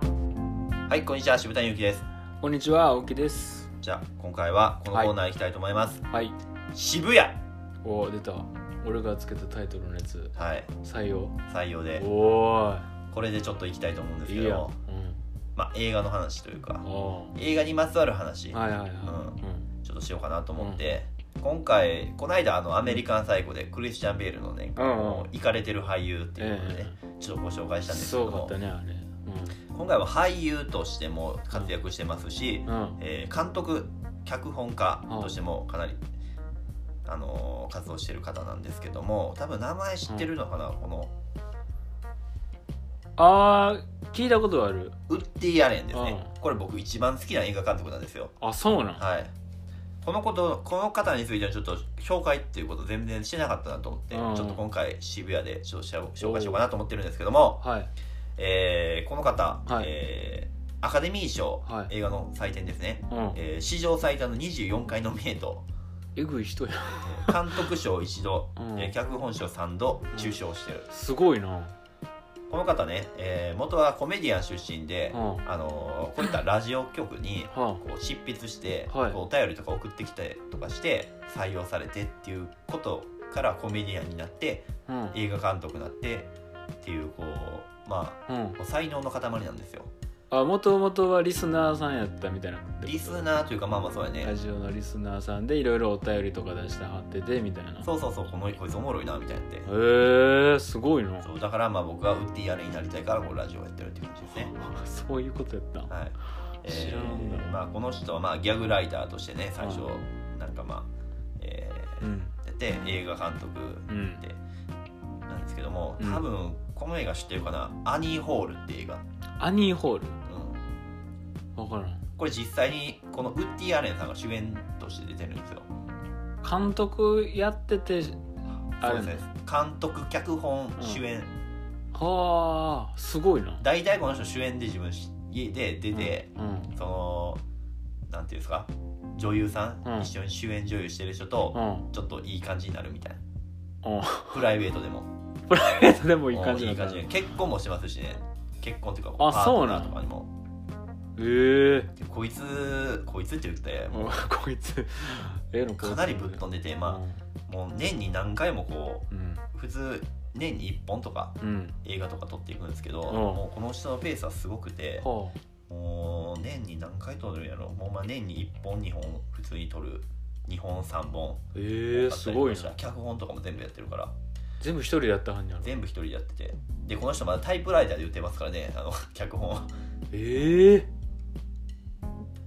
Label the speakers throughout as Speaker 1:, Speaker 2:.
Speaker 1: はい、こんにちは、渋谷ゆうきです。
Speaker 2: こんにちは、青木です。
Speaker 1: じゃあ、今回はこのコーナー行きたいと思います。
Speaker 2: はい。
Speaker 1: 渋谷
Speaker 2: おお、出た。俺がつけたタイトルのやつ、
Speaker 1: はい、
Speaker 2: 採用。
Speaker 1: 採用で、
Speaker 2: おー
Speaker 1: これでちょっと行きたいと思うんです
Speaker 2: い。
Speaker 1: け
Speaker 2: いいやん。う
Speaker 1: ど
Speaker 2: ん、。
Speaker 1: まあ、映画の話というか、
Speaker 2: おー
Speaker 1: 映画にまつわる話、
Speaker 2: はいはいはい。
Speaker 1: ちょっとしようかなと思って、今回、この間、あの、アメリカン最後で、クリスチャン・ベールのね、
Speaker 2: うんうん
Speaker 1: もう行かれてる俳優っていうことでね、
Speaker 2: え
Speaker 1: ちょっとご紹介したんですけ
Speaker 2: そ
Speaker 1: ど
Speaker 2: うか
Speaker 1: も、
Speaker 2: ったね、あれ。
Speaker 1: 今回は俳優としても活躍してますし、
Speaker 2: うん。うん。
Speaker 1: えー監督脚本家としてもかなり、あのー活動してる方なんですけども多分名前知ってるのかな、この
Speaker 2: あー、聞いたことある。
Speaker 1: ウッディ・アレンですね、
Speaker 2: う
Speaker 1: これ僕一番好きな映画監督なんですよ
Speaker 2: あ、そうなん。
Speaker 1: はいこのことこの方についてはちょっと紹介っていうこと全然してなかったなと思って、
Speaker 2: うん
Speaker 1: ちょっと今回渋谷でちょっとしゃ紹介しようかなと思ってるんですけども、
Speaker 2: はい。
Speaker 1: えーこの方、
Speaker 2: はい
Speaker 1: えーアカデミー賞、
Speaker 2: はい
Speaker 1: 映画の祭典ですね、
Speaker 2: うん。
Speaker 1: えー史上最多の24回ノミネート
Speaker 2: えぐい人や。
Speaker 1: 監督賞一度、
Speaker 2: うん
Speaker 1: えー脚本賞3度受賞してる、
Speaker 2: すごいな。
Speaker 1: この方ね、えー元はコメディアン出身で、
Speaker 2: うん
Speaker 1: あのーこういったラジオ局に
Speaker 2: は
Speaker 1: こう執筆して、
Speaker 2: はい
Speaker 1: こうお便りとか送ってきたりとかして採用されてっていうことからコメディアンになって
Speaker 2: あ。うん。
Speaker 1: 映画監督になってっていうこうま
Speaker 2: うん
Speaker 1: あ、もう才能の塊なんですよ
Speaker 2: あもともとはリスナーさんやったみたいなこと
Speaker 1: リスナーというかまあまあそうやね
Speaker 2: ラジオのリスナーさんでいろいろお便りとか出してはっててみたいな
Speaker 1: そうそうそうこのこいつおもろいなみたいになって
Speaker 2: へえすごいな
Speaker 1: そうだからまあ僕はウッディアレンになりたいからこうラジオやってるっていう感じですね
Speaker 2: そういうことやったん
Speaker 1: はい
Speaker 2: 知らんな
Speaker 1: えーまあ、この人はまあギャグライターとしてね最初
Speaker 2: う
Speaker 1: なんかまあ、え
Speaker 2: うん
Speaker 1: ーやって映画監督
Speaker 2: うん
Speaker 1: なんですけども
Speaker 2: うん
Speaker 1: 多分この映画知ってるかな「アニー・ホール」って映画、
Speaker 2: アニーホール
Speaker 1: うん、
Speaker 2: 分からん
Speaker 1: これ実際にこのウッディ・アレンさんが主演として出てるんですよ
Speaker 2: 監督やっててあ
Speaker 1: そう
Speaker 2: れ
Speaker 1: ですね監督脚本
Speaker 2: ん
Speaker 1: 主演、
Speaker 2: はあすごいな
Speaker 1: 大体この人主演で自分家で出て、
Speaker 2: うん
Speaker 1: そのなんていうんですか女優さん、
Speaker 2: うん
Speaker 1: 一緒に主演女優してる人
Speaker 2: う
Speaker 1: と、
Speaker 2: ん
Speaker 1: ちょっといい感じになるみたいな
Speaker 2: うん
Speaker 1: プライベートでも
Speaker 2: プラ イベートでもいい感じ
Speaker 1: い
Speaker 2: だ
Speaker 1: い
Speaker 2: った
Speaker 1: 感じで
Speaker 2: なへ
Speaker 1: 結婚もしてますしね結婚っていうか
Speaker 2: あ
Speaker 1: パー
Speaker 2: そ
Speaker 1: ト
Speaker 2: う
Speaker 1: ナ
Speaker 2: な
Speaker 1: ー
Speaker 2: の
Speaker 1: とかにも
Speaker 2: え
Speaker 1: でこいつこいつって言っても
Speaker 2: もうこいつええの
Speaker 1: うかなりぶっ飛んでてま
Speaker 2: あ
Speaker 1: あもう年に何回もこ
Speaker 2: うん
Speaker 1: う普通年に1本とか
Speaker 2: うん
Speaker 1: 映画とか撮っていくんですけど、
Speaker 2: ん
Speaker 1: もうこの人のペースはすごくて
Speaker 2: は
Speaker 1: もう年に何回撮るんやろもうまあ年に1本2本普通に撮る2本3本
Speaker 2: あええすごい
Speaker 1: 撮った
Speaker 2: な
Speaker 1: りとか脚本とかも全部やってるから
Speaker 2: 全部一人でやったはんやろ
Speaker 1: 全部一人でやっててでこの人まだタイプライターで打ってますからねあの 脚本を
Speaker 2: ええ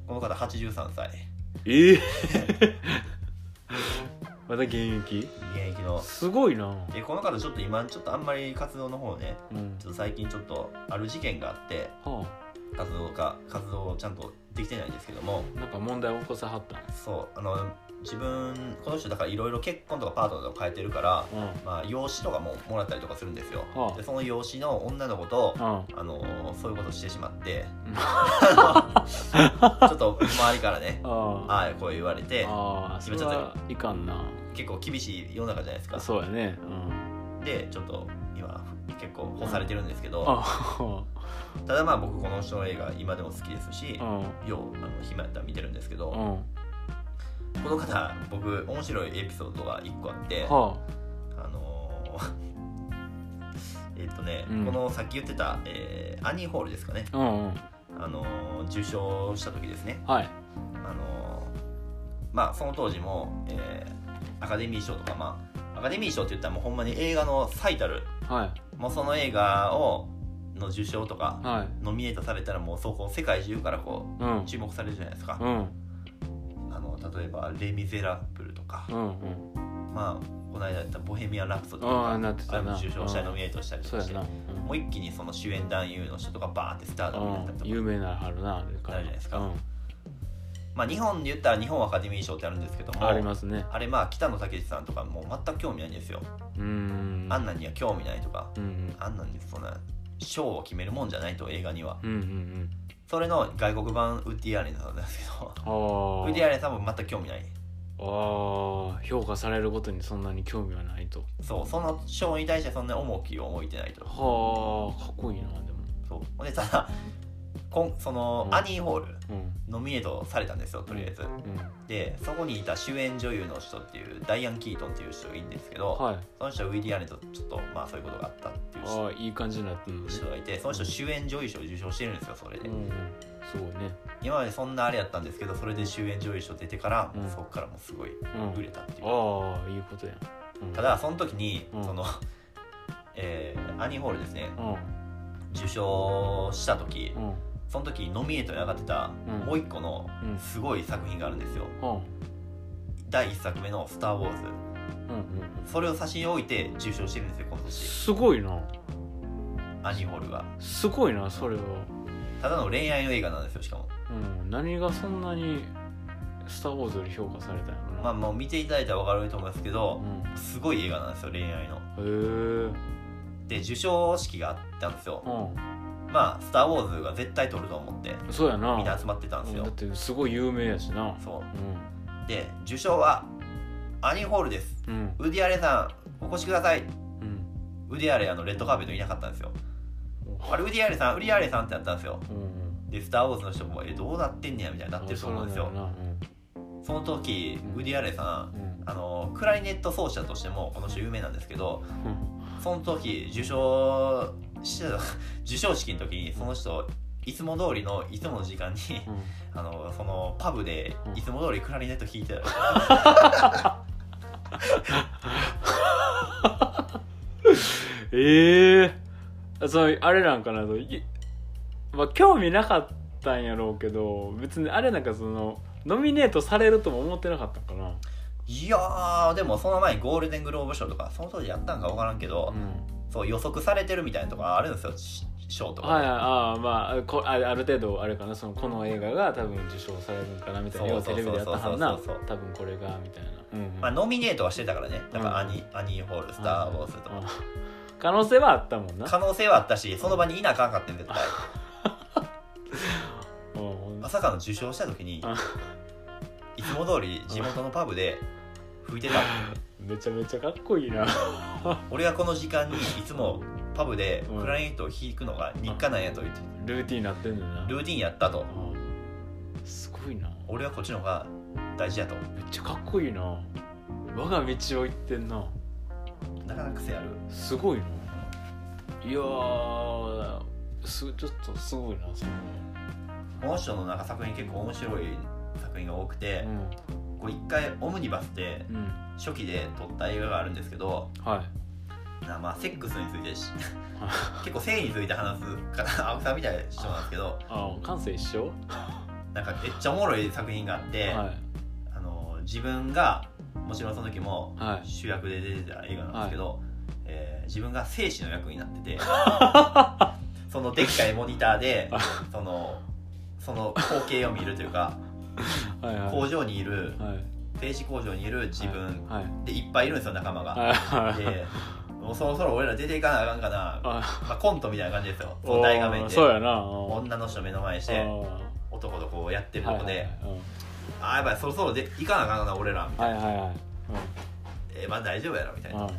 Speaker 1: この方83歳
Speaker 2: ええ また現役
Speaker 1: 現役の
Speaker 2: すごいな
Speaker 1: でこの方ちょっと今ちょっとあんまり活動の方ね
Speaker 2: うん
Speaker 1: ちょっと最近ちょっとある事件があって
Speaker 2: は
Speaker 1: 活動か活動をちゃんとできてないんですけども
Speaker 2: あなんか問題起こさはったん
Speaker 1: そうあの自分この人だからいろいろ結婚とかパートナーとか変えてるから、
Speaker 2: うん
Speaker 1: まあ、養子とかももらったりとかするんですよ、
Speaker 2: はあ
Speaker 1: でその養子の女の子と
Speaker 2: うん
Speaker 1: あのそういうことしてしまって
Speaker 2: うん
Speaker 1: あのちょっと周りからね
Speaker 2: ああ
Speaker 1: はいこう言われ て
Speaker 2: ああそれはいかんな
Speaker 1: 結構厳しい世の中じゃないですか
Speaker 2: そうやねうん
Speaker 1: でちょっと今結構干されてるんですけど、
Speaker 2: あ
Speaker 1: ただまあ僕この人の映画今でも好きですし、
Speaker 2: うん
Speaker 1: ようあの暇やったら見てるんですけど、
Speaker 2: うん
Speaker 1: この方僕面白いエピソードが1個あって、
Speaker 2: は
Speaker 1: あのー えっとね、
Speaker 2: うん
Speaker 1: このさっき言ってた、えーアニーホールですかね、
Speaker 2: あうんうん
Speaker 1: あのー受賞した時ですね、
Speaker 2: はい
Speaker 1: あのーまあその当時も、えーアカデミー賞とかまあアカデミー賞って言ったらもうほんまに映画の最たる
Speaker 2: はい
Speaker 1: もうその映画をの受賞とか、
Speaker 2: はい
Speaker 1: ノミネートされたらもうそこ世界中からこう
Speaker 2: うん
Speaker 1: 注目されるじゃないですか、
Speaker 2: うん
Speaker 1: あの例えば「レ・ミゼラブル」とか、
Speaker 2: うんうん
Speaker 1: まあこの間やった「ボヘミアン・ラプソディ」
Speaker 2: あ
Speaker 1: と
Speaker 2: あ
Speaker 1: か
Speaker 2: なって
Speaker 1: あれ
Speaker 2: た
Speaker 1: も
Speaker 2: な
Speaker 1: 受賞したり
Speaker 2: うん
Speaker 1: ノミネートしたりと
Speaker 2: そう
Speaker 1: か
Speaker 2: や
Speaker 1: して
Speaker 2: な
Speaker 1: もう一気にその主演男優の人とかバーってスターダムになった
Speaker 2: うん
Speaker 1: りと
Speaker 2: 有
Speaker 1: か、
Speaker 2: 名なのあるなあれ
Speaker 1: なるじゃないですか
Speaker 2: うん
Speaker 1: まあ、日本で言ったら日本アカデミー賞ってあるんですけども
Speaker 2: ありますね
Speaker 1: あれまあ北野武さんとかもう全く興味ないんですよ、
Speaker 2: うん
Speaker 1: あんなんには興味ないとか
Speaker 2: うん
Speaker 1: あんなんにそんな賞を決めるもんじゃないと映画には
Speaker 2: うんうんうん
Speaker 1: それの外国版ウッディ・アレンさんなんですけど
Speaker 2: ああ
Speaker 1: ウッディ・アレンさんも全く興味ない
Speaker 2: ああ評価されることにそんなに興味はないと
Speaker 1: そうその賞に対してそんな重きを置いてないと
Speaker 2: はあかっこいいなでも
Speaker 1: そうほんでただこんその、
Speaker 2: うん
Speaker 1: アニーホール
Speaker 2: うん
Speaker 1: ノミネートされたんですよとりあえず、
Speaker 2: うん
Speaker 1: でそこにいた主演女優の人っていうダイアン・キートンっていう人がいいんですけど、
Speaker 2: はい
Speaker 1: その人はウィリー・アレンとちょっとまあそういうことがあったっていう
Speaker 2: ああいい感じになってるのね
Speaker 1: 人がいてその人主演女優賞を受賞してるんですよそれで、
Speaker 2: うんすごいね
Speaker 1: 今までそんなあれやったんですけどそれで主演女優賞出てから、
Speaker 2: うん
Speaker 1: そこからもうすごい
Speaker 2: うん
Speaker 1: 売れたっていう、
Speaker 2: ああいいことやんうん
Speaker 1: ただその時に、
Speaker 2: うん
Speaker 1: その、 えーアニーホールですね
Speaker 2: うん
Speaker 1: 受賞した時
Speaker 2: うん
Speaker 1: その時ノミネートに上がってた
Speaker 2: うん
Speaker 1: もう一個の
Speaker 2: うん
Speaker 1: すごい作品があるんですよ
Speaker 2: うん
Speaker 1: 第1作目の「スター・ウォーズ
Speaker 2: うんうん」
Speaker 1: それを差し置いて受賞してるんですよ今年
Speaker 2: すごいな
Speaker 1: アニーホールが
Speaker 2: すごいなそれは
Speaker 1: ただの恋愛の映画なんですよしかも
Speaker 2: うん何がそんなに「スター・ウォーズ」より評価されたんやろな
Speaker 1: まあもう見ていただいたら分かると思いますけど
Speaker 2: うん
Speaker 1: すごい映画なんですよ恋愛の
Speaker 2: へえうん
Speaker 1: で授賞式があったんですよまあ「スター・ウォーズ」が絶対撮ると思って
Speaker 2: そうやな
Speaker 1: みんな集まってたんです
Speaker 2: うんだ
Speaker 1: よ
Speaker 2: ってすごい有名やしな
Speaker 1: そう
Speaker 2: うん
Speaker 1: で受賞はアニーホールです
Speaker 2: うん
Speaker 1: ウディアレさんお越しください
Speaker 2: うん
Speaker 1: ウディアレあのレッドカーペットいなかったんですよあれウディアレさんウディアレさんってなったんですよ
Speaker 2: うんうん
Speaker 1: で「スター・ウォーズ」の人も「えどうなってんねや」みたいになってると思うんですよ
Speaker 2: あそうなんやなうん
Speaker 1: その時
Speaker 2: うん
Speaker 1: ウディアレさん
Speaker 2: うん
Speaker 1: あのクラリネット奏者としてもこの人有名なんですけど
Speaker 2: うん
Speaker 1: その時受賞して た受賞式の時にその人いつも通りのいつもの時間に
Speaker 2: うん
Speaker 1: あのそのパブで
Speaker 2: うん
Speaker 1: いつも通りクラリネット弾いてたら
Speaker 2: ええそうあれなんかなといまあ興味なかったんやろうけど別にあれなんかそのノミネートされるとも思ってなかったんかな、
Speaker 1: いやーでもその前にゴールデングローブ賞とかその当時やったんか分からんけど、
Speaker 2: うん、
Speaker 1: そう予測されてるみたいなとかあるんですよし賞とか、
Speaker 2: はいはいああまあこあある程度あれかなそのこの映画が多分受賞されるんかなみたい
Speaker 1: そ
Speaker 2: なよ
Speaker 1: う
Speaker 2: う
Speaker 1: そうそ
Speaker 2: テ
Speaker 1: う
Speaker 2: レビでやったはんな
Speaker 1: そうそうそう
Speaker 2: 多分これがみたいな、うんうん
Speaker 1: まあ、ノミネートはしてたからねだからアニ,、アニーホール「スター・ウォーズ」と
Speaker 2: う
Speaker 1: か
Speaker 2: ん 可能性はあったもんな
Speaker 1: 可能性はあったしその場にいなあかんかったん絶対
Speaker 2: うん
Speaker 1: まさかの受賞した時に
Speaker 2: うん
Speaker 1: いつも通り地元のパブで吹いてた
Speaker 2: めちゃめちゃかっこいいな
Speaker 1: 俺がこの時間にいつもパブでクラリネットを弾くのが日課なんやと言って
Speaker 2: ルーティンなってんのな
Speaker 1: ルーティンやったと
Speaker 2: うんすごいな
Speaker 1: 俺はこっちの方が大事やと
Speaker 2: めっちゃかっこいいな我が道を行ってんな
Speaker 1: なかなか癖ある
Speaker 2: すごいないやーすちょっとすごいなその
Speaker 1: この人のなんか作品結構面白い作品が多くて
Speaker 2: う、ん
Speaker 1: こう一回オムニバスで
Speaker 2: うん
Speaker 1: 初期で撮った映画があるんですけど
Speaker 2: はい
Speaker 1: なまあセックスについてし結構性について話すから青木さんみたいな 人なんですけど
Speaker 2: あ感性一緒
Speaker 1: なんかめっちゃおもろい作品があって、
Speaker 2: は
Speaker 1: あの自分がもちろんその時も
Speaker 2: いはい
Speaker 1: 主役で出てた映画なんですけど、えー自分が生死の役にな っててそのでっかいモニターで
Speaker 2: あ
Speaker 1: そのその光景を見るというか
Speaker 2: はいはい
Speaker 1: 工場にいる
Speaker 2: はい
Speaker 1: 定子工場にいる自分
Speaker 2: はい
Speaker 1: でいっぱいいるんですよ仲間が。
Speaker 2: はいはいはい
Speaker 1: でもうそろそろ俺ら出ていかなあかんかな、
Speaker 2: あ
Speaker 1: まあ、コントみたいな感じですよそ
Speaker 2: お
Speaker 1: の
Speaker 2: ー
Speaker 1: 大画面で
Speaker 2: そうやな
Speaker 1: 女の人目の前にし
Speaker 2: あ
Speaker 1: て
Speaker 2: ー
Speaker 1: 男とこうやってるとこで、
Speaker 2: はい
Speaker 1: ああやばいそろそろで行かなあかんかな俺らみたい
Speaker 2: はい
Speaker 1: な、
Speaker 2: はいはいはい
Speaker 1: えーまあ大丈夫やろみたい
Speaker 2: うん
Speaker 1: な、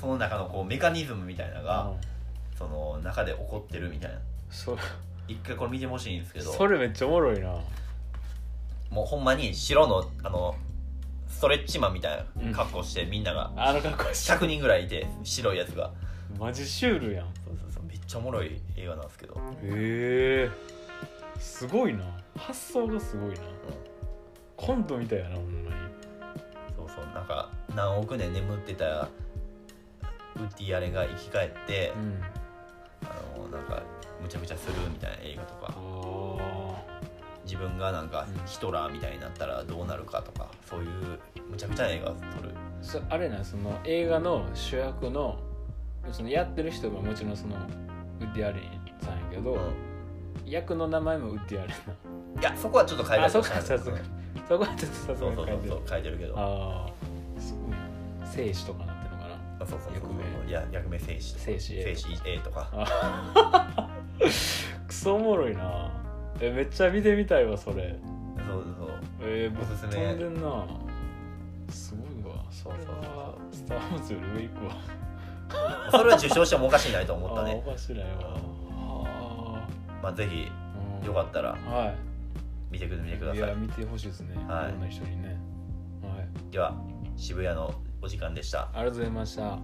Speaker 1: その中のこうメカニズムみたいなのが、
Speaker 2: うん
Speaker 1: その中で起こってるみたいな
Speaker 2: そ
Speaker 1: 一回これ見てほしいんですけど
Speaker 2: それめっちゃおもろいな
Speaker 1: もうほんまに白のあのストレッチマンみたい
Speaker 2: うん
Speaker 1: な格好してみんなが
Speaker 2: あの格好し
Speaker 1: 100人ぐらいいて白いやつが
Speaker 2: マジシュールやん
Speaker 1: そうそうそうめっちゃおもろい映画なんですけど
Speaker 2: へえすごいな発想がすごいな、コントみたいやなほんまに
Speaker 1: そうそうなんか何億年眠ってたウッディアレが生き返って、
Speaker 2: ん
Speaker 1: あのなんかむちゃくちゃするみたいな映画とか
Speaker 2: あ
Speaker 1: 自分がなんか
Speaker 2: うん
Speaker 1: ヒトラーみたいになったらどうなるかとかそういうむちゃくちゃな映画を撮る
Speaker 2: あそあれなその映画の主役のそのやってる人がもちろんそのウッディ・アレンさんやけど、
Speaker 1: う
Speaker 2: 役の名前もウッディ・アレン
Speaker 1: んいやそこはちょっと変え
Speaker 2: な
Speaker 1: ら
Speaker 2: あ
Speaker 1: れて
Speaker 2: そ
Speaker 1: ま
Speaker 2: こ
Speaker 1: し
Speaker 2: は
Speaker 1: た
Speaker 2: さ
Speaker 1: ね
Speaker 2: すがそこはちょっとさす
Speaker 1: そ
Speaker 2: が
Speaker 1: う
Speaker 2: に
Speaker 1: そう
Speaker 2: 書
Speaker 1: そ
Speaker 2: いうて
Speaker 1: そ
Speaker 2: る
Speaker 1: う変えてるけど
Speaker 2: ああすごいな生死とかなってるのかな
Speaker 1: そうそう
Speaker 2: 役名
Speaker 1: いや役名生死
Speaker 2: 生死
Speaker 1: 生死 A とか
Speaker 2: クソおもろいなえめっちゃ見てみたいわそれ
Speaker 1: そうそうそう
Speaker 2: えー、
Speaker 1: おすすめ
Speaker 2: 飛んでんなすごいわそれ
Speaker 1: そうそう
Speaker 2: はスター・ウォーズより上行くわ
Speaker 1: それは受賞してもおかしいないと思った
Speaker 2: あーお
Speaker 1: ね、
Speaker 2: かしないわあ
Speaker 1: まあ、ぜひ
Speaker 2: ーうん
Speaker 1: よかったら
Speaker 2: は
Speaker 1: 見てく見てくだ
Speaker 2: いい
Speaker 1: さ
Speaker 2: や
Speaker 1: い
Speaker 2: 見てほしいですね、
Speaker 1: はい
Speaker 2: いろんな人にねはい
Speaker 1: では渋谷のお時間でした
Speaker 2: ありがとうございました